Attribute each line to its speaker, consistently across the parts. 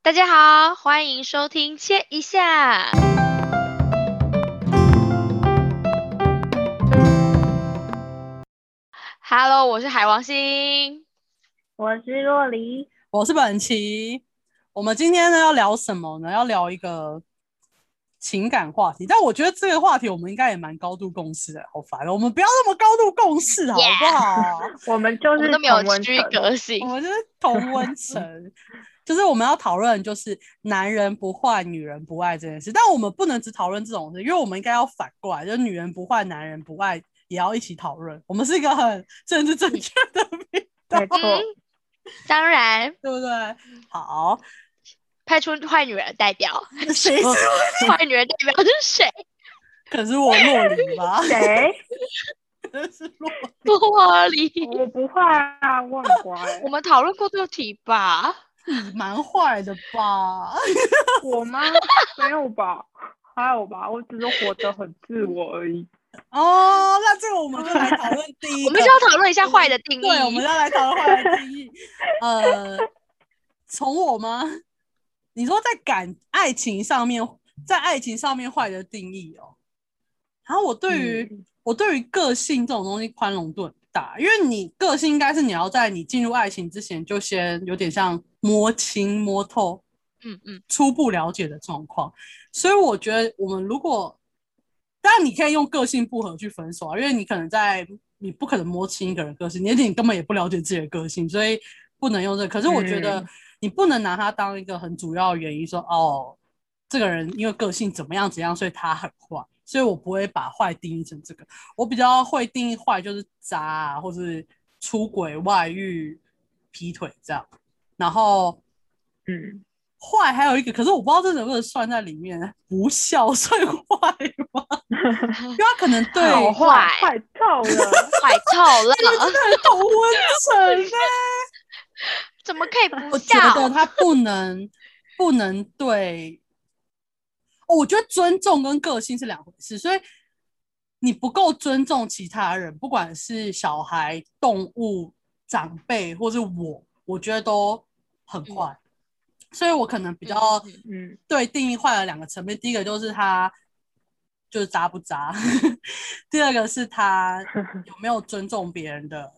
Speaker 1: 大家好，欢迎收听切一下。Hello，我是海王星。
Speaker 2: 我是洛黎，
Speaker 3: 我是本琪。我们今天呢要聊什么呢？要聊一个情感话题，但我觉得这个话题我们应该也蛮高度共识的。好烦哦，我们不要那么高度共识，好不好
Speaker 2: 我们就
Speaker 1: 我
Speaker 2: 是
Speaker 1: 们都没有
Speaker 2: 同温
Speaker 1: 居
Speaker 2: 层
Speaker 1: 格性
Speaker 3: 我，们就是同温层，就是我们要讨论就是男人不坏，女人不爱这件事。但我们不能只讨论这种事，因为我们应该要反过来，就是女人不坏，男人不爱也要一起讨论。我们是一个很政治正确的频道，
Speaker 2: 没错，
Speaker 1: 嗯当然
Speaker 3: 对不对？好，
Speaker 1: 派出坏女人的代 表，
Speaker 3: 谁是
Speaker 1: 坏女人代表是谁？
Speaker 3: 可是我洛里吧？
Speaker 2: 谁？
Speaker 3: 可是洛里
Speaker 1: 玻璃。
Speaker 2: 我不会啊，我很乖
Speaker 1: 我。们讨论过这个题吧？
Speaker 3: 蛮坏的吧？
Speaker 2: 我吗？没有吧？还有吧？我只是活得很自我而已。
Speaker 3: 哦，那这个我们就来讨论第一个，
Speaker 1: 我们就要讨论一下坏的定义。
Speaker 3: 对，我们要来讨论坏的定义。呃，从我吗？你说在感爱情上面，在爱情上面坏的定义哦。然后我对于、
Speaker 2: 嗯
Speaker 3: 我对于个性这种东西宽容度很大，因为你个性应该是你要在你进入爱情之前就先有点像摸清摸透，
Speaker 1: 嗯嗯，
Speaker 3: 初步了解的状况，所以我觉得我们如果，当然你可以用个性不合去分手啊，因为你可能在你不可能摸清一个人的个性，而且你根本也不了解自己的个性，所以不能用这个可是我觉得
Speaker 2: 嗯
Speaker 3: 你不能拿它当一个很主要的原因说，哦，这个人因为个性怎么样怎样，所以他很坏，所以我不会把坏定义成这个。我比较会定义坏就是渣啊，或是出轨、外遇、劈腿这样，然后。
Speaker 2: 嗯，
Speaker 3: 坏还有一个，可是我不知道这能不能算在里面，不孝算坏 吗？因为他可能对
Speaker 2: 好
Speaker 3: 同
Speaker 2: 坏
Speaker 1: 坏
Speaker 2: 嗯坏 透了。
Speaker 1: 坏透 了，
Speaker 3: 温层呢，欸
Speaker 1: 怎么可以不
Speaker 3: 我觉得
Speaker 1: 笑？
Speaker 3: 他不能不能对、哦我觉得尊重跟个性是两回事，所以你不够尊重其他人，不管是小孩、动物、长辈，或是我，我觉得都很坏。所以我可能比较、
Speaker 2: 嗯，
Speaker 3: 对定义坏了两个层面，第一个就是他就是渣不渣，第二个是他有没有尊重别人的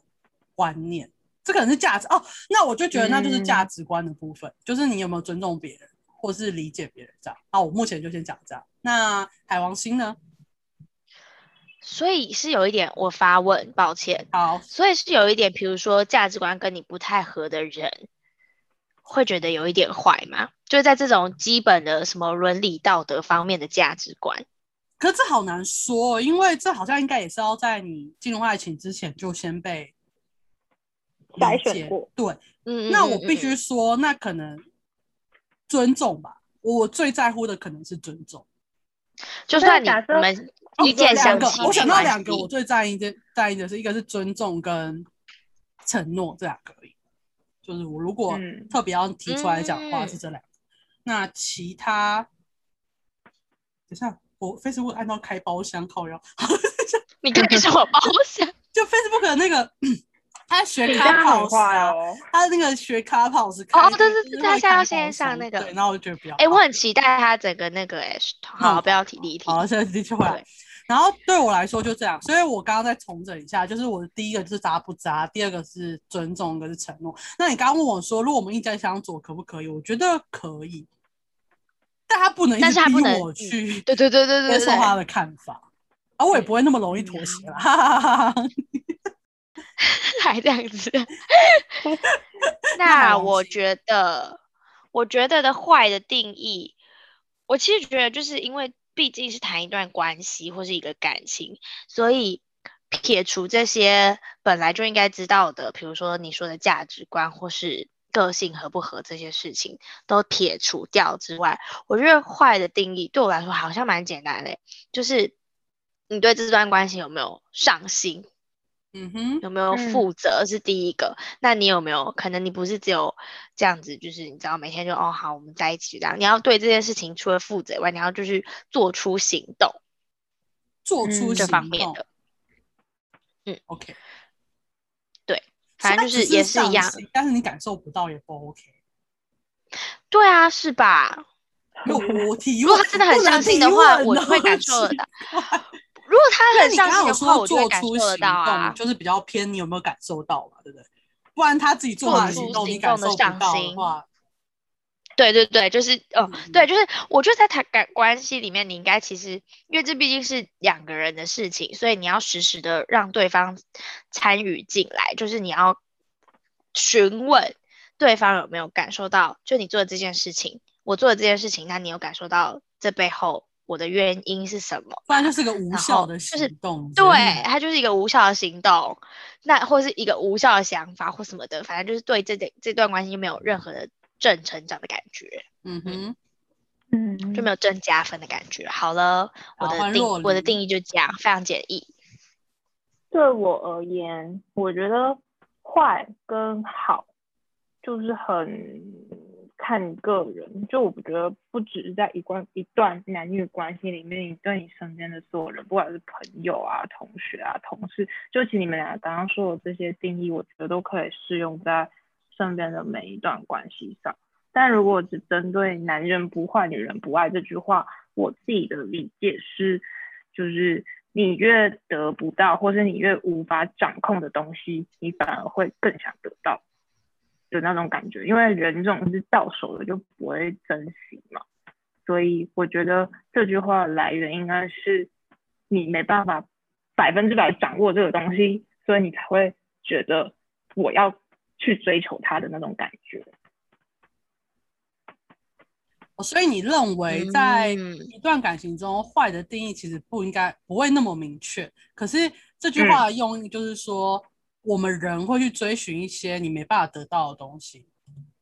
Speaker 3: 观念，这可能是价值哦。那我就觉得那就是价
Speaker 2: 嗯
Speaker 3: 值观的部分，就是你有没有尊重别人，或是理解别人这样。啊，我目前就先讲这样。那海王星呢？
Speaker 1: 所以是有一点我发问，抱歉，
Speaker 3: 好，
Speaker 1: 所以是有一点，比如说价值观跟你不太合的人，会觉得有一点坏吗？就是在这种基本的什么伦理道德方面的价值观，
Speaker 3: 可是这好难说哦，因为这好像应该也是要在你进入爱情之前就先被理
Speaker 2: 筛选
Speaker 3: 解
Speaker 2: 过，
Speaker 3: 对。
Speaker 1: 嗯，
Speaker 3: 那
Speaker 1: 嗯
Speaker 3: 我必，须
Speaker 1: 嗯
Speaker 3: 说，那可能尊重吧。我最在乎的可能是尊重。
Speaker 1: 嗯就算你
Speaker 2: 那假设
Speaker 1: 我们
Speaker 3: 哦
Speaker 1: 意见
Speaker 3: 两
Speaker 1: 相
Speaker 3: 个
Speaker 1: 齐，，
Speaker 3: 我想
Speaker 1: 没
Speaker 3: 到
Speaker 1: 关
Speaker 3: 两个，
Speaker 1: 系
Speaker 3: 我最在意的在意的是，一个是尊重跟承诺这两个而已。就是我如果
Speaker 2: 嗯
Speaker 3: 特别要提出来讲的话
Speaker 1: 嗯
Speaker 3: 是这两个，那其他等一下我 Facebook 按到开包厢靠腰，
Speaker 1: 你干什么包厢？
Speaker 3: 就 Facebook 的那个他学
Speaker 2: 你这
Speaker 3: 卡
Speaker 2: 样很
Speaker 3: 跑斯
Speaker 2: 坏
Speaker 3: 啊，
Speaker 2: 哦。
Speaker 3: 他那个学卡跑斯
Speaker 1: 哦对对
Speaker 3: 是
Speaker 1: 对
Speaker 3: 会
Speaker 1: 他现在要
Speaker 3: 开
Speaker 1: 线
Speaker 3: 包
Speaker 1: 上
Speaker 3: 厢
Speaker 1: 那个
Speaker 3: 对，那我就觉得不要。
Speaker 1: 哎、我很期待他整个那个 哎、好，
Speaker 3: 嗯
Speaker 1: 不要提离题。
Speaker 3: 好，现在的确回来
Speaker 1: 对。
Speaker 3: 然后对我来说就这样，所以我刚刚再重整一下，就是我的第一个就是渣不渣，第二个是尊重，一个是承诺。那你刚刚问我说，如果我们意见相左，可不可以？我觉得可以，但他不能一
Speaker 1: 但
Speaker 3: 直
Speaker 1: 是他不
Speaker 3: 逼
Speaker 1: 能
Speaker 3: 我
Speaker 1: 嗯
Speaker 3: 去
Speaker 1: 对对对对对对
Speaker 3: 接
Speaker 1: 嗯
Speaker 3: 受他的看法，而我也不会那么容易妥协啦。哈哈哈哈。
Speaker 1: 还这样子。
Speaker 3: 那
Speaker 1: 那
Speaker 3: 我们
Speaker 1: 我
Speaker 3: 继续
Speaker 1: 觉得，我觉得的坏的定义，我其实觉得就是因为毕竟是谈一段关系或是一个感情，所以撇除这些本来就应该知道的，比如说你说的价值观或是个性合不合这些事情都撇除掉之外，我觉得坏的定义对我来说好像蛮简单的，欸就是你对这段关系有没有上心。
Speaker 3: 嗯哼，
Speaker 1: 有没有
Speaker 2: 嗯
Speaker 1: 负责是第一个，那你有没有可能你不是只有这样子，就是你知道每天就哦好我们在一起这样，你要对这件事情除了负责以外，你要就是做出行动
Speaker 3: 做出
Speaker 2: 嗯
Speaker 1: 这
Speaker 3: 行
Speaker 1: 方面
Speaker 3: 动
Speaker 1: 的，
Speaker 3: OK，
Speaker 1: 反正就
Speaker 3: 虽
Speaker 1: 是
Speaker 3: 然只
Speaker 1: 也是一
Speaker 3: 上
Speaker 1: 样，
Speaker 3: 心但是你感受不到也不 OK。
Speaker 1: 对啊，是吧？
Speaker 3: 有 我提
Speaker 1: 如
Speaker 3: 问，
Speaker 1: 果他真的很
Speaker 3: 不能
Speaker 1: 上心
Speaker 3: 提
Speaker 1: 的话，
Speaker 3: 问
Speaker 1: 我
Speaker 3: 呢
Speaker 1: 会感受 得。
Speaker 3: 奇
Speaker 1: 到。
Speaker 3: 怪
Speaker 1: 如果他
Speaker 3: 那
Speaker 1: 很
Speaker 3: 你刚
Speaker 1: 上
Speaker 3: 刚
Speaker 1: 心
Speaker 3: 有
Speaker 1: 的话，
Speaker 3: 说
Speaker 1: 我就会
Speaker 3: 做
Speaker 1: 感受
Speaker 3: 出
Speaker 1: 得
Speaker 3: 行
Speaker 1: 到啊
Speaker 3: 动，。就是比较偏你有没有感受到嘛，对不对？不然他自己做
Speaker 1: 做
Speaker 3: 完
Speaker 1: 出
Speaker 3: 行动，你
Speaker 1: 行
Speaker 3: 感
Speaker 1: 动的
Speaker 3: 受不
Speaker 1: 上
Speaker 3: 到的
Speaker 1: 心
Speaker 3: 话，
Speaker 1: 对对对，就是哦，
Speaker 3: 嗯
Speaker 1: 对，就是我觉得在谈感关系里面，你应该其实因为这毕竟是两个人的事情，所以你要时时的让对方参与进来，就是你要询问对方有没有感受到，就你做的这件事情，我做的这件事情，那你有感受到这背后我的原因是什么？
Speaker 3: 不然就是个无
Speaker 1: 然
Speaker 3: 效
Speaker 1: 后
Speaker 3: 的
Speaker 1: 就是
Speaker 3: 行动。
Speaker 1: 对
Speaker 3: 所以，
Speaker 1: 它就是一个无效的行动，那或是一个无效的想法或什么的，反正就是对这点这段关系没有任何的正成长的感觉。
Speaker 3: 嗯哼，
Speaker 2: 嗯，
Speaker 1: 就没有正加分的感觉。好了，我
Speaker 3: 好
Speaker 1: 的
Speaker 3: 换
Speaker 1: 定
Speaker 3: 若
Speaker 1: 我的
Speaker 3: 琳
Speaker 1: 定义就这样，非常简易。
Speaker 2: 对我而言，我觉得坏跟好就是很看个人。就我觉得不只是在一关一段男女关系里面，你对你身边的所有人，不管是朋友啊、同学啊、同事，就其实你们俩刚刚说的这些定义，我觉得都可以适用在身边的每一段关系上。但如果只针对“男人不坏，女人不爱”这句话，我自己的理解是，就是你越得不到，或是你越无法掌控的东西，你反而会更想得到的那种感觉。因为人这种是到手了就不会珍惜嘛，所以我觉得这句话的来源应该是你没办法百分之百掌握这个东西，所以你才会觉得我要去追求它的那种感觉。
Speaker 3: 哦所以你认为在
Speaker 1: 嗯
Speaker 3: 一段感情中，坏的定义其实不应该不会那么明确。可是这句话的
Speaker 1: 嗯
Speaker 3: 用意就是说，我们人会去追寻一些你没办法得到的东西，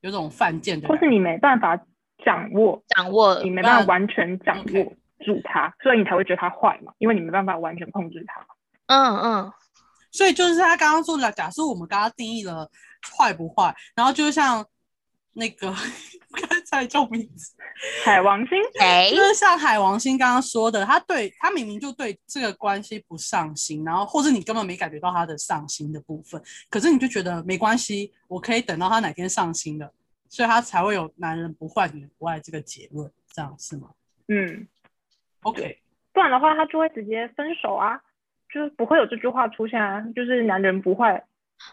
Speaker 3: 有种犯贱的
Speaker 2: 或
Speaker 3: 感
Speaker 2: 是
Speaker 3: 觉。
Speaker 2: 你没办法掌握，
Speaker 1: 掌握
Speaker 2: 你没办
Speaker 3: 那
Speaker 2: 法完全掌
Speaker 3: OK
Speaker 2: 握住它，所以你才会觉得它坏嘛，因为你没办法完全控制它。
Speaker 1: 嗯嗯，
Speaker 3: 所以就是他刚刚说的，假设我们刚刚定义了坏不坏，然后就像那个 刚才叫名字，
Speaker 2: 海王星，
Speaker 1: 谁
Speaker 3: 就是像海王星刚刚说的，他对他明明就对这个关系不上心，然后或者你根本没感觉到他的上心的部分，可是你就觉得没关系，我可以等到他哪天上心了，所以他才会有男人不坏女人不爱这个结论，这样是吗
Speaker 2: 嗯，
Speaker 3: ？OK，
Speaker 2: 不然的话他就会直接分手啊，就是不会有这句话出现啊，就是男人不坏，女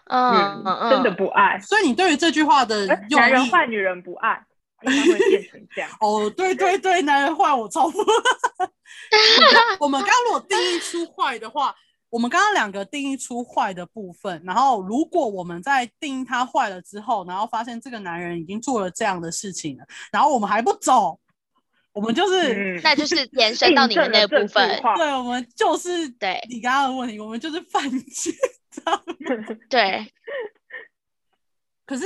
Speaker 1: 嗯
Speaker 2: 人
Speaker 1: 嗯嗯，
Speaker 2: 真的不爱，
Speaker 3: 所以你对于这句话的
Speaker 2: 呃
Speaker 3: 用
Speaker 2: 男人
Speaker 3: 意，。
Speaker 2: 坏，女人不爱，应该会变成 这样
Speaker 3: 哦，对对对，男人坏我超不。我们刚刚如果定义出坏的话，我们刚刚两个定义出坏的部分，然后如果我们在定义他坏了之后，然后发现这个男人已经做了这样的事情了，然后我们还不走，我们就是、
Speaker 2: 嗯，
Speaker 1: 那 就是延伸到你
Speaker 2: 印
Speaker 1: 们
Speaker 2: 证
Speaker 1: 那
Speaker 2: 了这
Speaker 1: 部
Speaker 2: 句
Speaker 1: 分，
Speaker 2: 话
Speaker 3: 对，我们就是
Speaker 1: 对
Speaker 3: 你刚刚的问题，我们就是犯贱。
Speaker 1: 对，
Speaker 3: 可是，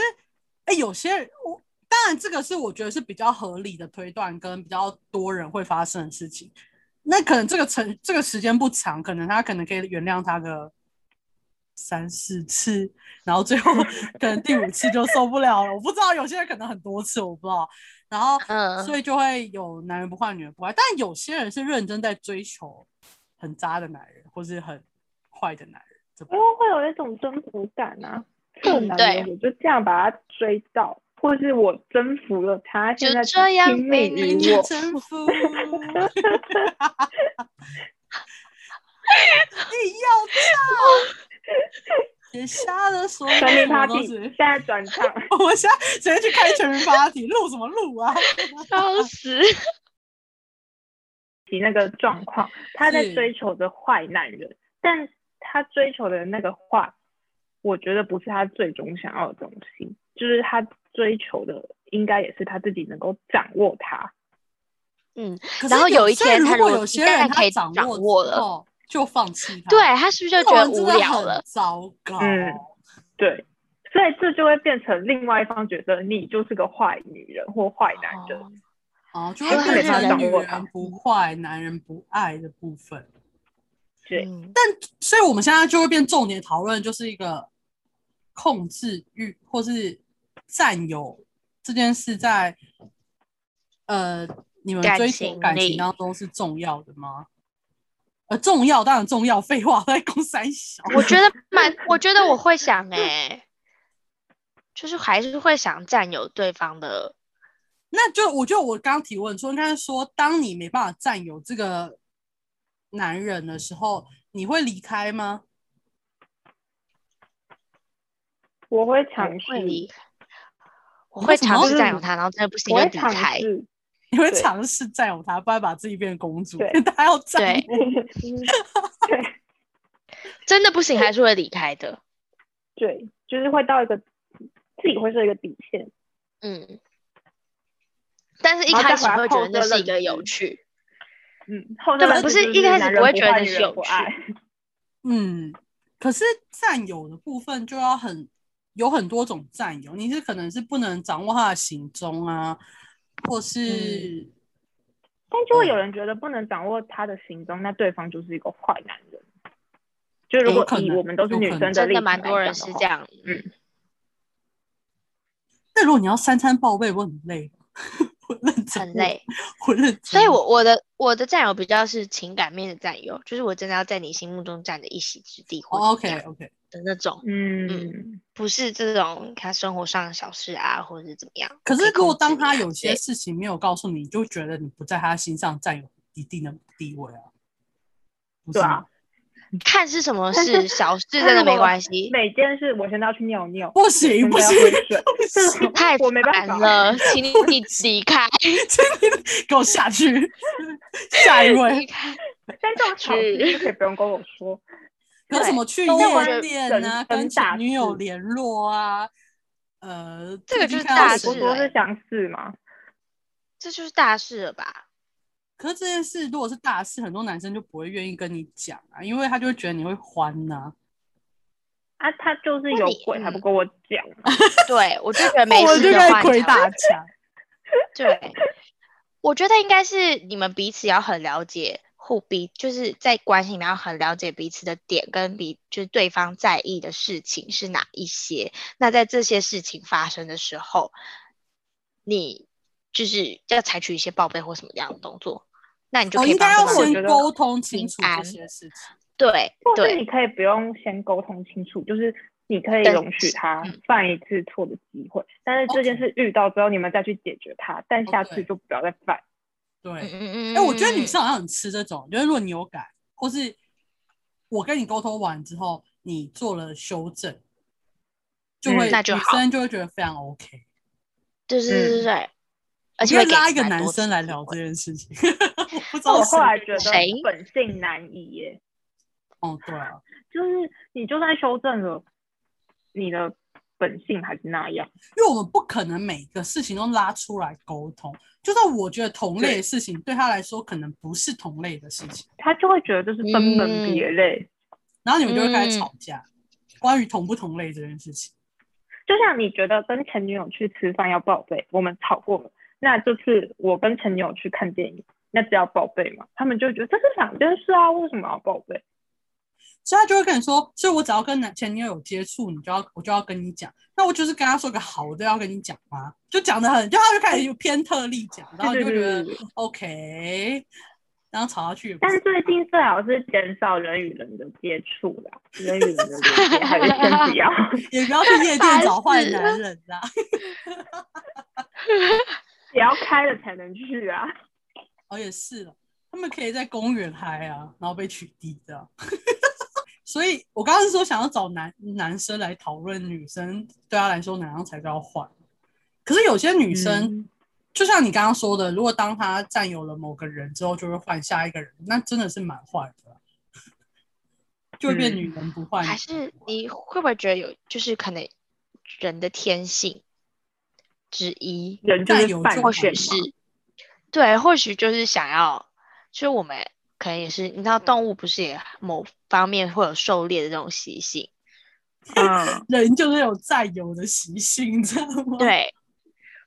Speaker 3: 哎、有些人我当然这个是我觉得是比较合理的推断，跟比较多人会发生的事情。那可能这个成这个时间不长，可能他可能可以原谅他个三四次，然后最后可能第五次就受不了了。我不知道有些人可能很多次，我不知道。然后，
Speaker 1: 嗯
Speaker 3: 所以就会有男人不坏，女人不爱。但有些人是认真在追求很渣的男人，或是很坏的男人。这
Speaker 2: 因为会有一种征服感啊，这种男
Speaker 1: 嗯对
Speaker 2: 人我就这样把他追到，或是我征服了他，
Speaker 1: 就
Speaker 2: 现在
Speaker 1: 这样
Speaker 2: 听
Speaker 1: 被
Speaker 2: 命
Speaker 1: 你
Speaker 2: 于我，
Speaker 3: 征服，你 要跳，写下的所有
Speaker 2: 全民
Speaker 3: 什么
Speaker 2: party，
Speaker 3: 东
Speaker 2: 现
Speaker 3: 西。
Speaker 2: 在转场，
Speaker 3: 我们现在直接去开全民 party，录什么录啊？
Speaker 1: 笑死，
Speaker 2: 及那个状况，他在
Speaker 3: 是
Speaker 2: 追求着坏男人，但他追求的那个坏，我觉得不是他最终想要的东西，就是他追求的应该也是他自己能够掌握他，
Speaker 1: 嗯，
Speaker 3: 可是
Speaker 1: 然后有一
Speaker 3: 些
Speaker 1: 天
Speaker 3: 如
Speaker 1: 他
Speaker 3: 果
Speaker 1: 如果
Speaker 3: 有
Speaker 1: 一
Speaker 3: 些
Speaker 1: 旦
Speaker 3: 人
Speaker 1: 可
Speaker 3: 他
Speaker 1: 以
Speaker 3: 掌
Speaker 1: 掌
Speaker 3: 握
Speaker 1: 握
Speaker 3: 之
Speaker 1: 了
Speaker 3: 后就放弃他，
Speaker 1: 对，他是不是就觉得
Speaker 3: 那人真
Speaker 1: 无
Speaker 3: 的
Speaker 1: 聊
Speaker 3: 很
Speaker 1: 了？
Speaker 3: 糟糕。
Speaker 2: 嗯对。所以这就会变成另外一方觉得你就是个坏女人或坏男人，
Speaker 1: 哦
Speaker 3: 哦，就
Speaker 1: 还
Speaker 3: 会
Speaker 1: 是
Speaker 3: 变
Speaker 1: 没办法
Speaker 3: 成
Speaker 1: 掌
Speaker 3: 女
Speaker 2: 握它
Speaker 3: 人不坏，男人不爱的部分。
Speaker 2: 对，
Speaker 1: 嗯
Speaker 3: 所以我们现在就会变重点讨论，就是一个控制欲或是占有这件事在，呃你们
Speaker 1: 感
Speaker 3: 追求
Speaker 1: 情
Speaker 3: 感
Speaker 1: 里
Speaker 3: 情当中是重要的吗？呃，重要当然重要， 废话在公三小，
Speaker 1: 我觉 得蛮，我觉得我会想哎、就是还是会想占有对方的
Speaker 3: 那就我觉得我刚提问说，应该是说，当你没办法占有这个男人的时候，你会离开吗？
Speaker 2: 我会尝试，
Speaker 1: 会离开，我
Speaker 3: 为
Speaker 1: 会
Speaker 3: 什
Speaker 1: 尝
Speaker 3: 么
Speaker 1: 试占有
Speaker 2: 嗯
Speaker 1: 他，然后真的不行
Speaker 2: 我
Speaker 1: 就
Speaker 2: 会
Speaker 1: 离
Speaker 2: 尝
Speaker 1: 开。
Speaker 2: 试，
Speaker 3: 你会
Speaker 2: 对
Speaker 3: 尝试占有他，不然把自己变成公主
Speaker 2: 对，
Speaker 3: 他要占
Speaker 1: 对
Speaker 3: 有。
Speaker 2: 对
Speaker 1: 真的不行还是会离开的。
Speaker 2: 对，就是会到一个自己会设一个底线，
Speaker 1: 嗯，但是一
Speaker 2: 然后
Speaker 1: 开
Speaker 2: 再
Speaker 1: 始
Speaker 2: 回来
Speaker 1: 会觉
Speaker 2: 后
Speaker 1: 得那
Speaker 2: 设
Speaker 1: 是一
Speaker 2: 认
Speaker 1: 个有
Speaker 2: 知
Speaker 1: 趣，
Speaker 2: 嗯，后
Speaker 1: 对
Speaker 2: 半
Speaker 1: 不
Speaker 2: 部
Speaker 1: 是
Speaker 2: 就
Speaker 1: 一开始
Speaker 2: 男
Speaker 1: 不
Speaker 2: 人
Speaker 1: 会
Speaker 2: 不
Speaker 1: 觉得
Speaker 2: 坏
Speaker 1: 你
Speaker 2: 女
Speaker 1: 是
Speaker 2: 人
Speaker 1: 有
Speaker 2: 不
Speaker 1: 趣
Speaker 2: 爱，
Speaker 3: 嗯，可是占有的部分就要很有很多种占有，你是可能是不能掌握他的行踪啊，
Speaker 1: 嗯
Speaker 3: 或是、
Speaker 2: 但就会有人觉得不能掌握他的行踪，那对方就是一个坏男人。就如
Speaker 3: 有
Speaker 2: 果
Speaker 3: 可
Speaker 2: 以
Speaker 3: 能
Speaker 2: 我们都是
Speaker 3: 有
Speaker 2: 女
Speaker 3: 可能
Speaker 2: 生
Speaker 1: 真
Speaker 2: 立
Speaker 1: 的
Speaker 2: 场
Speaker 1: 蛮
Speaker 2: 来
Speaker 1: 多人
Speaker 2: 讲
Speaker 1: 是
Speaker 2: 话
Speaker 1: 这样。
Speaker 3: 那如果你要三餐报备，我很累，我认真，
Speaker 1: 很累，
Speaker 3: 我认真。
Speaker 1: 所以
Speaker 2: 嗯
Speaker 1: 我我的我的占有比较是情感面的占有，就是我真的要在你心目中占着一席之地或
Speaker 3: 哦
Speaker 1: 怎么样
Speaker 3: OK OK，
Speaker 1: 的那种，
Speaker 2: 嗯，
Speaker 1: 不是这种他生活上的小事啊，或者是怎么样。
Speaker 3: 可是
Speaker 1: 以
Speaker 3: 如果
Speaker 1: 控制
Speaker 3: 当
Speaker 1: 你
Speaker 3: 他
Speaker 1: 啊
Speaker 3: 有
Speaker 1: 之
Speaker 3: 些
Speaker 1: 类的
Speaker 3: 事情没有告诉你，你就觉得你不在他心上占有一定的地位啊，不是
Speaker 2: 对啊
Speaker 3: 吗？
Speaker 1: 看是什么
Speaker 2: 但是
Speaker 1: 事，小事
Speaker 2: 但
Speaker 1: 真的
Speaker 2: 如
Speaker 1: 没
Speaker 2: 果
Speaker 1: 关系，
Speaker 2: 每件事我现在要去尿尿，
Speaker 3: 不行
Speaker 2: 真
Speaker 3: 不
Speaker 2: 的要
Speaker 3: 行
Speaker 2: 喝水，
Speaker 3: 不行，
Speaker 1: 太
Speaker 2: 我没办
Speaker 1: 烦
Speaker 2: 法，
Speaker 1: 了，请你你离开，
Speaker 3: 请你 给我下去， 下一
Speaker 1: 离
Speaker 3: 位。
Speaker 1: 开。
Speaker 2: 但这种小事
Speaker 1: 是
Speaker 2: 就可以不用跟我说。
Speaker 3: 有什么去
Speaker 1: 都会
Speaker 3: 夜店啊，
Speaker 2: 人生
Speaker 3: 跟
Speaker 2: 大
Speaker 3: 前女友
Speaker 2: 事
Speaker 3: 联络啊，呃，
Speaker 1: 这个
Speaker 3: 最
Speaker 1: 就
Speaker 3: 近
Speaker 1: 是
Speaker 3: 看到
Speaker 1: 大
Speaker 3: 谁
Speaker 2: 不
Speaker 1: 事
Speaker 2: 说
Speaker 1: 欸
Speaker 2: 是相似吗？
Speaker 1: 这就是大事了吧？
Speaker 3: 可是这件事如果是大事，很多男生就不会愿意跟你讲啊，因为他就会觉得你会欢呐、
Speaker 2: 啊，他就是
Speaker 1: 那
Speaker 2: 有
Speaker 1: 你
Speaker 2: 鬼，还
Speaker 1: 嗯
Speaker 2: 不跟我讲，
Speaker 1: 对，我就觉 得没
Speaker 3: 我
Speaker 1: 事
Speaker 3: 就
Speaker 1: 的
Speaker 3: 该
Speaker 1: 话，
Speaker 3: 鬼
Speaker 1: 你才会
Speaker 3: 打墙。
Speaker 1: 对，我觉得应该是你们彼此要很了解互彼，就是在关系里面要很了解彼此的点跟彼，就是对方在意的事情是哪一些。那在这些事情发生的时候，你就是要采取一些报备或什么样的动作，那你就
Speaker 3: 哦，
Speaker 1: 可以
Speaker 3: 应
Speaker 1: 帮
Speaker 3: 该
Speaker 1: 对
Speaker 3: 要
Speaker 1: 方
Speaker 2: 我觉
Speaker 3: 先
Speaker 2: 得
Speaker 3: 沟通清
Speaker 1: 平
Speaker 3: 楚这
Speaker 1: 安
Speaker 3: 些事情。
Speaker 1: 对
Speaker 2: 或是
Speaker 1: 对
Speaker 2: 你可以不用先沟通清楚，就是你可以
Speaker 1: 但
Speaker 2: 容许他
Speaker 1: 嗯
Speaker 2: 犯一次错的机会，但是这件
Speaker 3: OK
Speaker 2: 事遇到之后，你们再去解决它，但下次
Speaker 3: OK
Speaker 2: 就不要再犯。
Speaker 3: 对，
Speaker 1: 嗯
Speaker 3: 哎、
Speaker 1: 嗯嗯。
Speaker 3: 我觉得女
Speaker 1: 嗯
Speaker 3: 生好像很吃这种，就是如果你有改，或是我跟你沟通完之后，你做了修正，就
Speaker 2: 嗯
Speaker 3: 会、
Speaker 1: 那就
Speaker 3: 女
Speaker 1: 好
Speaker 3: 生就会觉得非常 OK。
Speaker 1: 对对对对
Speaker 2: 嗯
Speaker 1: 对，而
Speaker 3: 我
Speaker 1: 且会
Speaker 3: 可以
Speaker 1: 给
Speaker 3: 拉一
Speaker 1: 你
Speaker 3: 个
Speaker 1: 蛮
Speaker 3: 男
Speaker 1: 多
Speaker 3: 生
Speaker 1: 次
Speaker 3: 来
Speaker 1: 机
Speaker 3: 聊
Speaker 1: 会
Speaker 3: 这件事情， 我不
Speaker 2: 但
Speaker 3: 知道
Speaker 2: 我
Speaker 3: 谁
Speaker 2: 后来觉得
Speaker 1: 谁
Speaker 2: 本性难移耶，
Speaker 3: 哦，对啊，
Speaker 2: 就是你就算修正了，你的本性还是那样。
Speaker 3: 因为我们不可能每个事情都拉出来沟通，就算我觉得同类的
Speaker 2: 对
Speaker 3: 事情对他来说可能不是同类的事情，
Speaker 2: 他就会觉得这是分门
Speaker 1: 嗯
Speaker 2: 别类，
Speaker 3: 然后你们就会开始
Speaker 1: 嗯
Speaker 3: 吵架，关于同不同类这件事情。
Speaker 2: 就像你觉得跟前女友去吃饭要报备，我们吵过了。那这次我跟前女友去看电影，那只要报备嘛，他们就觉得这是两件事啊，为什么要报备？
Speaker 3: 所以他就会跟你说，所以我只要跟男前女友有接触，你就要我就要跟你讲，那我就是跟他说个好的要跟你讲吗？就讲的很，就他就开始有偏特例讲，然后你
Speaker 2: 对
Speaker 3: 就
Speaker 2: 对
Speaker 3: 觉得
Speaker 2: 对对对
Speaker 3: OK，然后吵下去也不
Speaker 2: 但
Speaker 3: 是。
Speaker 2: 是最近最好是减少人与人的接触啦，人与人的连接还是先 不要。
Speaker 3: 也不要去夜店找坏男人啊啦。
Speaker 2: 也要开了才能去啊。
Speaker 3: 哦，也是了，他们可以在公园嗨啊，然后被取缔这样。 所以我刚刚是说想要找男男生来讨论女生对他来说哪样才叫坏，可是有些女生、
Speaker 2: 嗯
Speaker 3: 就像你刚刚说的，如果当她占有了某个人之后，就会换下一个人，那真的是蛮坏的啊，就会变
Speaker 2: 嗯
Speaker 3: 女人不坏。
Speaker 1: 还是你会不会觉得有，就是可能人的天性之一，
Speaker 2: 人就
Speaker 3: 占
Speaker 2: 是
Speaker 3: 有
Speaker 2: 犯
Speaker 3: 欲
Speaker 1: 或
Speaker 3: 人
Speaker 1: 许
Speaker 2: 贱
Speaker 1: 是
Speaker 2: 嘛，
Speaker 1: 对，或许就是想要，就是我们可能也是，你知道，动物不是也某方面会有狩猎的这种习性，
Speaker 2: 嗯，
Speaker 3: 人就是有占有的习性，你知道吗？，
Speaker 1: 对，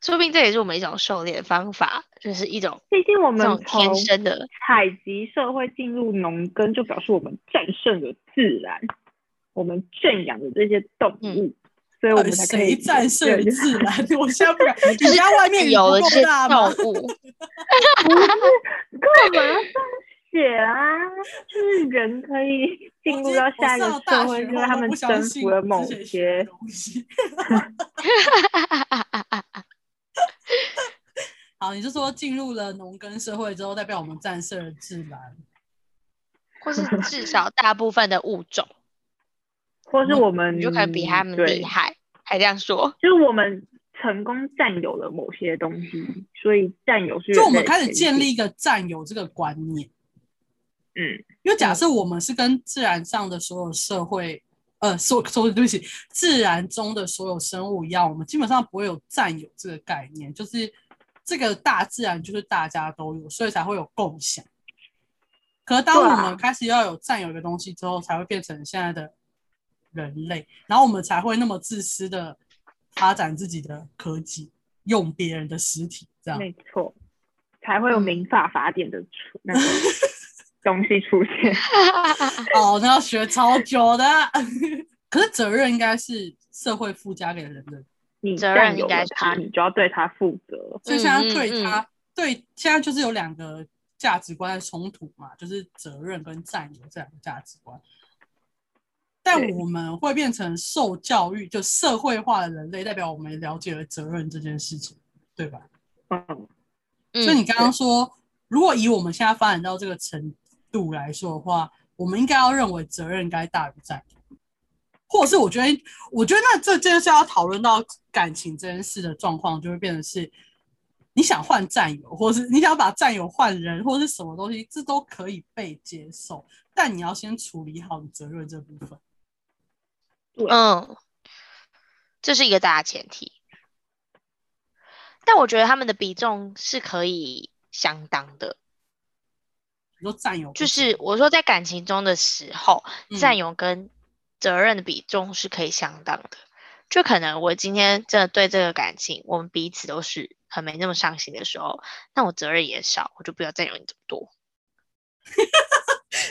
Speaker 1: 说不定这也是我们一种狩猎的方法，就是一种
Speaker 2: 毕竟我
Speaker 1: 这
Speaker 2: 们
Speaker 1: 种
Speaker 2: 从
Speaker 1: 天生的，
Speaker 2: 采集社会进入农耕，就表示我们战胜了自然，我们圈养的这些动
Speaker 1: 嗯
Speaker 2: 物，所以我
Speaker 3: 到
Speaker 2: 们
Speaker 3: 底
Speaker 2: 才可以
Speaker 3: 呃谁战胜
Speaker 2: 对
Speaker 3: 于
Speaker 2: 就
Speaker 3: 自然？ 我现在不敢，你家外面雨
Speaker 1: 有了
Speaker 3: 不
Speaker 1: 这
Speaker 3: 够
Speaker 1: 些
Speaker 3: 大吗？
Speaker 1: 动物，
Speaker 2: 干嘛上学啊？就是人可以
Speaker 3: 哦
Speaker 2: 进入到下一个社会，因为他们征服了某些。
Speaker 3: 东西。好，你就说进入了农耕社会之后，代表我们战胜了自然。
Speaker 1: 或是至少大部分的物种，
Speaker 2: 或是我们
Speaker 1: 嗯你就可以比他们
Speaker 3: 嗯
Speaker 1: 厉，害，还这样说。
Speaker 2: 对就是我们成功占有了某些东西，所以占有是
Speaker 3: 就我
Speaker 2: 人
Speaker 3: 们
Speaker 2: 类
Speaker 3: 开始
Speaker 2: 的
Speaker 3: 建
Speaker 2: 前
Speaker 3: 立一个占有这个观念。
Speaker 2: 提，嗯，
Speaker 3: 因为假设我们是跟自然上的所有社会，呃，所所对不起，自然中的所有生物一样，我们基本上不会有占有这个概念，就是这个大自然就是大家都有，所以才会有共享。可是当
Speaker 2: 对
Speaker 3: 我
Speaker 2: 啊
Speaker 3: 们开始要有占有一个东西之后，才会变成现在的人类，然后我们才会那么自私的发展自己的科技，用别人的实体这样。
Speaker 2: 没错，才
Speaker 1: 嗯
Speaker 2: 会有民法法典的出 那个东西出现。
Speaker 3: 哦，那要学超久的。 可是责任应该是社会附加给人的，
Speaker 2: 你
Speaker 1: 责
Speaker 2: 占
Speaker 1: 任
Speaker 2: 有
Speaker 1: 应该
Speaker 2: 了他，
Speaker 1: 是
Speaker 2: 你就要对他负责。
Speaker 3: 所以现在
Speaker 1: 嗯嗯
Speaker 3: 对他、对现在就是有两个价值观的冲突嘛，就是责任跟占有这两个价值观。但
Speaker 2: 对
Speaker 3: 我们会变成受教育就社会化的人类，代表我们了解了责任这件事情，对吧？
Speaker 2: 嗯，
Speaker 3: 所以
Speaker 1: 嗯，
Speaker 3: 你刚刚说，如果以我们现在发展到这个程度来说的话，我们应该要认为责任应该大于占有，或者是我觉得，我觉得那这件事要讨论到感情这件事的状况，就会变成是你想换战友，或是你想把战友换人，或是什么东西，这都可以被接受，但你要先处理好你责任这部分。
Speaker 1: 嗯，这是一个大前提。但我觉得他们的比重是可以相当的，
Speaker 3: 你说占有不
Speaker 1: 就是我说在感情中的时候，
Speaker 3: 嗯
Speaker 1: 占有跟责任的比重是可以相当的。就可能我今天真的对这个感情，我们彼此都是很没那么上心的时候，那我责任也少，我就不要占有你这么多，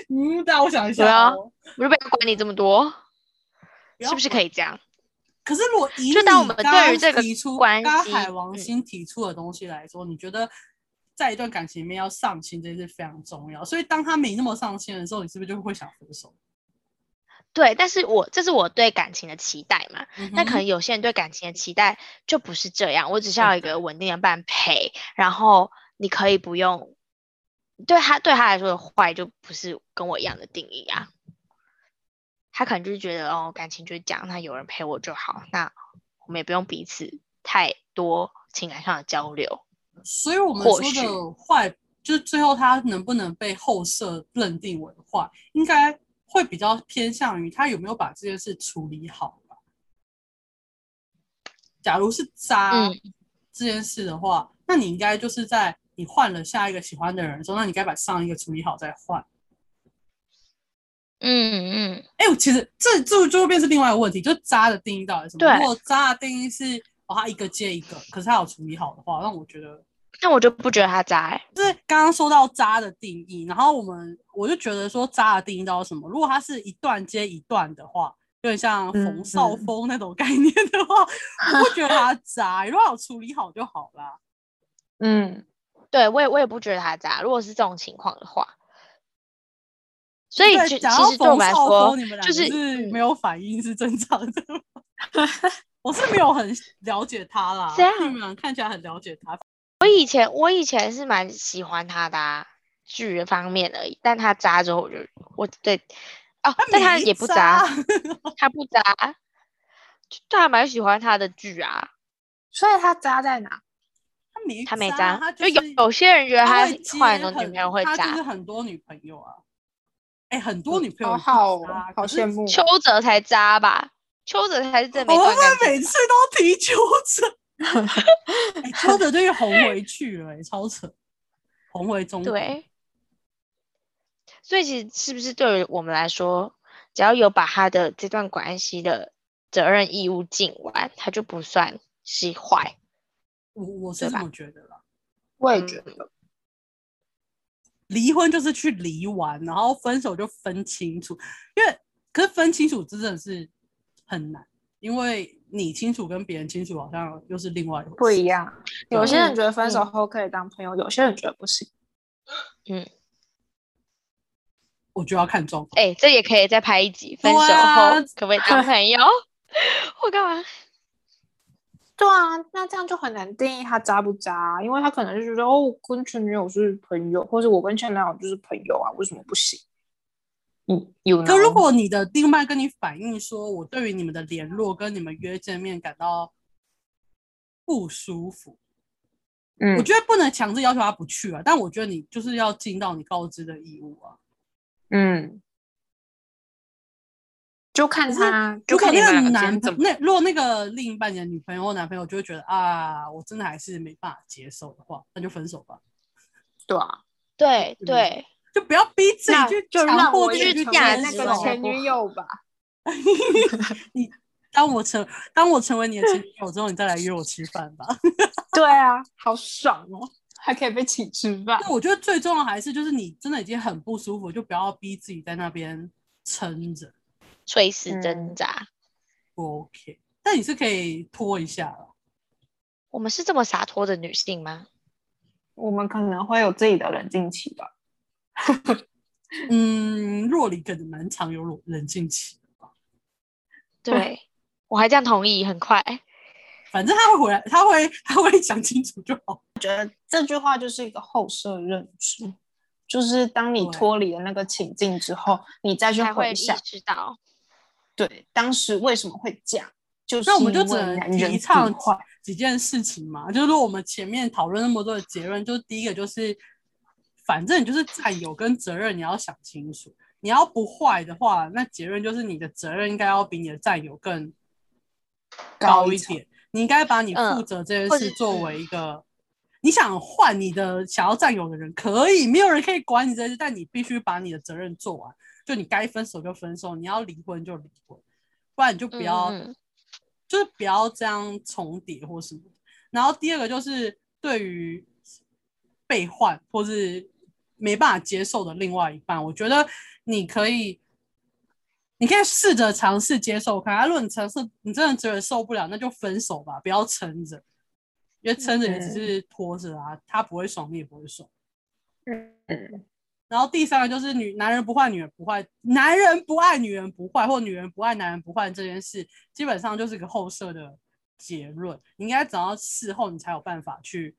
Speaker 3: 嗯，但我想一
Speaker 1: 对
Speaker 3: 下、
Speaker 1: 啊
Speaker 3: 哦，
Speaker 1: 我就不要管你这么多，
Speaker 3: 要
Speaker 1: 是不是可以这样？
Speaker 3: 可是，如果以
Speaker 1: 就
Speaker 3: 你
Speaker 1: 当我们
Speaker 3: 刚
Speaker 1: 对于
Speaker 3: 刚
Speaker 1: 这个
Speaker 3: 提出，
Speaker 1: 关
Speaker 3: 刚刚
Speaker 1: 系
Speaker 3: 海王
Speaker 1: 嗯
Speaker 3: 星提出的东西来说，你觉得在一段感情里面要上心这件事非常重要。所以，当他没那么上心的时候，你是不是就会想分手？
Speaker 1: 对，但是我这是我对感情的期待嘛，那可
Speaker 3: 嗯哼嗯
Speaker 1: 能有些人对感情的期待就不是这样，我只是要有一
Speaker 3: 对
Speaker 1: 个稳定的伴陪，然后你可以不用对他对他来说的坏就不是跟我一样的定义啊，他可能就是觉得哦感情就是这样，那有人陪我就好，那我们也不用彼此太多情感上的交流，
Speaker 3: 所以我们
Speaker 1: 或
Speaker 3: 说
Speaker 1: 许
Speaker 3: 的坏，就是最后他能不能被后设认定为坏，应该会比较偏向于他有没有把这件事处理好吧。假如是渣
Speaker 1: 嗯
Speaker 3: 这件事的话，那你应该就是在你换了下一个喜欢的人的时候，那你该把上一个处理好再换。
Speaker 1: 嗯嗯，
Speaker 3: 哎、我其实这这就会变成另外一个问题，就是渣的定义到底是什么？
Speaker 1: 对
Speaker 3: 如果渣的定义是哦，他一个接一个，可是他有处理好的话，那我觉得
Speaker 1: 那我就不觉得他渣、欸，
Speaker 3: 就是刚刚说到渣的定义，然后我们我就觉得说渣的定义到底是什么？如果它是一段接一段的话，有点像冯绍峰那种概念的话， 我不觉得它渣，如果有处理好就好啦。
Speaker 2: 嗯，
Speaker 1: 对我也我也不觉得他渣，如果是这种情况的话，所以
Speaker 3: 对
Speaker 1: 就其
Speaker 3: 讲到
Speaker 1: 实对我
Speaker 3: 冯
Speaker 1: 们来
Speaker 3: 绍
Speaker 1: 说
Speaker 3: 峰，你们两
Speaker 1: 就
Speaker 3: 个
Speaker 1: 是
Speaker 3: 是
Speaker 1: 嗯
Speaker 3: 没有反应是正常的吗。 我是没有很了解他啦，
Speaker 1: 这样
Speaker 3: 你们俩看起来很了解他，
Speaker 1: 我以前我以前是蛮喜欢他的、啊，剧方面而已，但他渣之后我就我对哦，但他
Speaker 3: 没
Speaker 1: 也不渣，
Speaker 3: 渣
Speaker 1: 他不渣，就就还蛮喜欢他的剧啊，
Speaker 4: 所以他渣在哪？
Speaker 3: 他没
Speaker 1: 他没
Speaker 3: 渣，
Speaker 1: 渣
Speaker 3: 他，
Speaker 1: 就
Speaker 3: 就
Speaker 1: 有
Speaker 3: 是
Speaker 1: 有些人觉得
Speaker 3: 他
Speaker 1: 他
Speaker 3: 会接
Speaker 1: 换了
Speaker 3: 很
Speaker 1: 女朋友会
Speaker 3: 他就是
Speaker 1: 渣，
Speaker 3: 很多女朋友啊。哎、很多女朋友、
Speaker 4: 好好哦好羡。
Speaker 2: 啊
Speaker 4: 慕哦。
Speaker 1: 邱泽才渣吧，邱泽才是
Speaker 3: 可
Speaker 1: 最
Speaker 3: 是
Speaker 1: 哦没
Speaker 3: 我
Speaker 1: 段
Speaker 3: 们
Speaker 1: 感情
Speaker 3: 会每
Speaker 1: 吧。
Speaker 3: 次都提邱 泽，哎、邱泽就又红回去了、哎，超扯，红回中国。
Speaker 1: 对，所以其实是不是对于我们来说，只要有把他的这段关系的责任义务尽完，他就不算是坏。
Speaker 3: 我我是
Speaker 1: 对
Speaker 3: 这
Speaker 1: 吧
Speaker 3: 么觉得啦。
Speaker 4: 我也觉
Speaker 3: 嗯
Speaker 4: 得，
Speaker 3: 离婚就是去离完，然后分手就分清楚，因为可是分清楚真的是很难，因为你清楚跟别人清楚好像又是另外一回事。
Speaker 4: 不一样。
Speaker 3: 对
Speaker 4: 有些人觉得分手
Speaker 3: 嗯
Speaker 4: 后可以当朋友，有些人觉得不行。
Speaker 3: 我就要看状况。
Speaker 1: 哎，这也可以再拍一集，分手
Speaker 3: 对啊
Speaker 1: 后可不可以当朋友？我干嘛？
Speaker 2: 对啊，那这样就很难定义他渣不渣，因为他可能就觉得哦，我跟前女友是朋友，或者我跟前男友就是朋友啊，为什么不行？嗯，有呢
Speaker 3: 可。如果你的另一半跟你反映说，我对于你们的联络跟你们约见面感到不舒服，
Speaker 2: 嗯
Speaker 3: 我，觉得不能强制要求他不去啊。但我觉得你就是要尽到你告知的义务啊。
Speaker 2: 嗯，就看
Speaker 3: 可是
Speaker 2: 他，
Speaker 3: 如
Speaker 2: 就
Speaker 3: 果
Speaker 2: 看你
Speaker 3: 那
Speaker 2: 们两
Speaker 3: 个
Speaker 2: 个之间
Speaker 3: 男朋
Speaker 2: 怎么。
Speaker 3: 那如果那个另一半你的女朋友或男朋友就会觉得啊，我真的还是没办法接受的话，那就分手吧，
Speaker 2: 对啊，
Speaker 1: 对
Speaker 3: 嗯
Speaker 1: 对，
Speaker 3: 就不要逼自
Speaker 2: 那
Speaker 3: 己去
Speaker 2: 就
Speaker 3: 强
Speaker 2: 让
Speaker 3: 迫
Speaker 2: 我
Speaker 3: 自
Speaker 1: 也
Speaker 2: 去
Speaker 3: 己去
Speaker 1: 成
Speaker 2: 成
Speaker 3: 接
Speaker 1: 为
Speaker 2: 为
Speaker 1: 那
Speaker 2: 那
Speaker 1: 个
Speaker 2: 个
Speaker 3: 受
Speaker 1: 前
Speaker 2: 前
Speaker 1: 女
Speaker 2: 女友吧。
Speaker 3: 当我成当我成为你的前女友之后，你再来约我吃饭吧。
Speaker 2: 对啊，好爽哦，还可以被请吃饭。
Speaker 3: 那我觉得最重要还是就是你真的已经很不舒服，就不要逼自己在那边撑着，
Speaker 1: 垂死挣
Speaker 2: 嗯
Speaker 1: 扎。
Speaker 3: 不 OK。但你是可以拖一下啦
Speaker 1: 我们是这么洒脱的女性吗？
Speaker 2: 我们可能会有自己的冷静期吧。
Speaker 3: 嗯，若离可能蛮常有冷冷静期的吧，
Speaker 1: 对， 我还这样同意，很快。
Speaker 3: 反正他会回来，他会他会想清楚就好。
Speaker 2: 这句话就是一个后设认知，就是当你
Speaker 3: 对
Speaker 2: 脱离了那个情境之后，你再去
Speaker 1: 才会
Speaker 2: 回
Speaker 1: 意
Speaker 2: 想，
Speaker 1: 识到。
Speaker 2: 对，当时为什么会这样，就是
Speaker 3: 那我们就
Speaker 2: 因
Speaker 3: 只
Speaker 2: 为
Speaker 3: 能
Speaker 2: 男啊人
Speaker 3: 提
Speaker 2: 不
Speaker 3: 倡几
Speaker 2: 坏，
Speaker 3: 几件事情嘛，就是说我们前面讨论那么多的结论，就是第一个就是，反正你就是占有跟责任你要想清楚，你要不坏的话，那结论就是你的责任应该要比你的占有更高一嗯
Speaker 2: 层
Speaker 3: 点，你应该把你负责这件事作为一个。你想换你的想要占有的人可以，没有人可以管你这件事，但你必须把你的责任做完。就你该分手就分手，你要离婚就离婚，不然你就不要，
Speaker 1: 嗯嗯嗯
Speaker 3: 就是不要这样重叠或什么的。然后第二个就是对于被换或是没办法接受的另外一半，我觉得你可以，你可以试着尝试接受看。啊如果你尝试，你真的觉得受不了，那就分手吧，不要撑着，因为撑着也只是拖着啊，他不会爽，你也不会爽。
Speaker 2: 嗯，
Speaker 3: 然后第三个就是女男人不坏，女人不坏，男人不爱女人不坏，或女人不爱男人不坏这件事，基本上就是一个后设的结论。你应该等到事后你才有办法去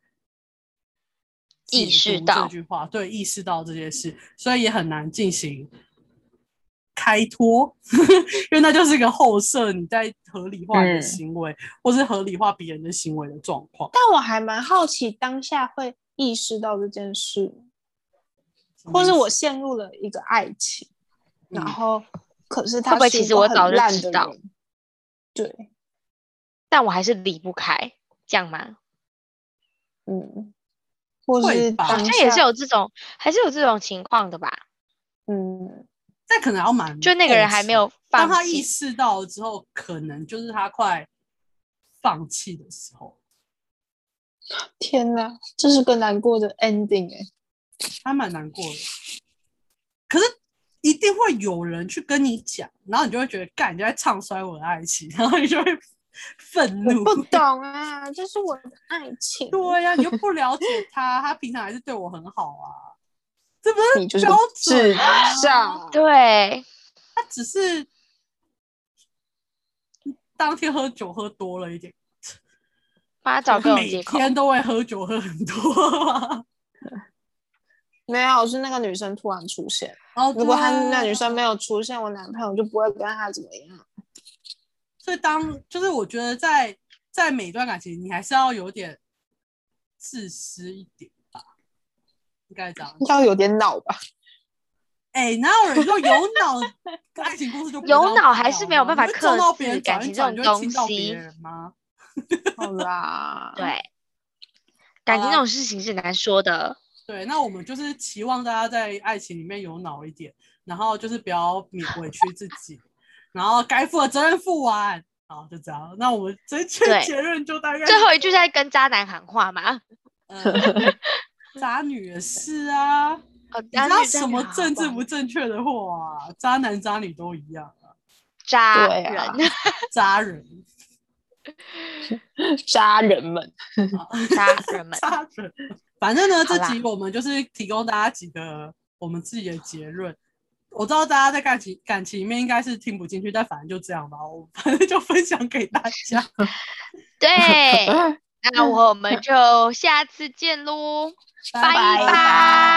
Speaker 1: 意识
Speaker 3: 解读
Speaker 1: 到
Speaker 3: 这句话，对，意识到这件事，所以也很难进行开脱， 因为那就是一个后设你在合理化你的
Speaker 2: 嗯
Speaker 3: 行为，或是合理化别人的行为的状况。
Speaker 2: 但我还蛮好奇当下会意识到这件事，或
Speaker 1: 嗯
Speaker 2: 是我陷入了一个爱情，
Speaker 3: 嗯
Speaker 2: 然后可是
Speaker 1: 会
Speaker 2: 他
Speaker 1: 不会
Speaker 2: 是
Speaker 1: 其
Speaker 2: 一
Speaker 1: 实
Speaker 2: 个
Speaker 1: 我
Speaker 2: 很
Speaker 1: 早就
Speaker 2: 烂
Speaker 1: 知
Speaker 2: 的
Speaker 1: 道
Speaker 2: 人，对，
Speaker 1: 但我还是离不开，这样吗？
Speaker 2: 嗯，或
Speaker 3: 会
Speaker 2: 是
Speaker 3: 吧
Speaker 2: 当
Speaker 1: 好像也是
Speaker 2: 下
Speaker 1: 有这种，还是有这种情况的吧？
Speaker 2: 嗯。
Speaker 3: 但可能要蛮
Speaker 1: 就那个人还
Speaker 3: 后
Speaker 1: 没
Speaker 3: 期
Speaker 1: 有
Speaker 3: 嗯当
Speaker 1: 放
Speaker 3: 他意
Speaker 1: 弃，
Speaker 3: 识到之后，可能就是他快放弃的时候，
Speaker 2: 天呐，这是个难过的 ending 哎、
Speaker 3: 还蛮难过的。可是一定会有人去跟你讲，然后你就会觉得，干，你就在唱衰我的爱情，然后你就会愤怒。
Speaker 2: 不懂啊，这是我的爱情。
Speaker 3: 对呀、你就不了解他，他平常还是对我很好啊，这不
Speaker 2: 你就是是个
Speaker 3: 标准
Speaker 2: 智
Speaker 3: 啊、
Speaker 2: 障。
Speaker 1: 对，
Speaker 3: 他只是当天喝酒喝多了一点。
Speaker 1: 帮他找各种
Speaker 3: 每
Speaker 1: 借口。
Speaker 3: 天都会喝酒喝很多、
Speaker 2: 没有，是那个女生突然出现。
Speaker 3: 然后
Speaker 1: 哦
Speaker 2: 如果她
Speaker 1: 啊
Speaker 2: 那
Speaker 3: 哦对啊
Speaker 2: 女生没有出现，我男朋友就不会跟她怎么样。
Speaker 3: 所以当就是我觉得在在每段感情，你还是要有点自私一点吧，应该这样讲。
Speaker 2: 要有点脑吧？
Speaker 3: 哎、哪有人说有 脑爱情故事就不
Speaker 1: 有
Speaker 3: 知道
Speaker 1: 脑
Speaker 3: 不
Speaker 1: 还
Speaker 3: 好
Speaker 1: 是没有
Speaker 3: 吗
Speaker 1: 办法
Speaker 3: 啊你会
Speaker 1: 克
Speaker 3: 撞到
Speaker 1: 制
Speaker 3: 别人
Speaker 1: 感
Speaker 3: 脚一
Speaker 1: 情这
Speaker 3: 脚你
Speaker 1: 种
Speaker 3: 就会
Speaker 1: 东
Speaker 3: 亲到别
Speaker 1: 西，
Speaker 3: 人吗？
Speaker 2: 好啦
Speaker 1: 对，感情
Speaker 3: 啦
Speaker 1: 这种事情是难说的。
Speaker 3: 对，那我们就是期望大家在爱情里面有脑一点，然后就是不要勉委屈自己，然后该负的责任负完，好就这样。那我们这期的
Speaker 1: 对
Speaker 3: 结论就大概
Speaker 1: 最后一句在跟渣男喊话嘛？
Speaker 3: 呃 渣女也是啊，你
Speaker 1: 哦，
Speaker 3: 知道什么政治不正确的话、啊，渣男渣女都一样啊，
Speaker 1: 渣
Speaker 2: 对
Speaker 1: 人
Speaker 2: 啊？
Speaker 3: 渣人
Speaker 2: 渣人们，
Speaker 1: 渣人们，
Speaker 3: 渣人。反正呢，这
Speaker 1: 好啦
Speaker 3: 集我们就是提供大家几个我们自己的结论，我知道大家在感情感情里面应该是听不进去，但反正就这样吧，我反正就分享给大家。
Speaker 2: 嗯
Speaker 1: 对，那我们就下次见喽，
Speaker 3: 拜
Speaker 1: 拜
Speaker 3: 拜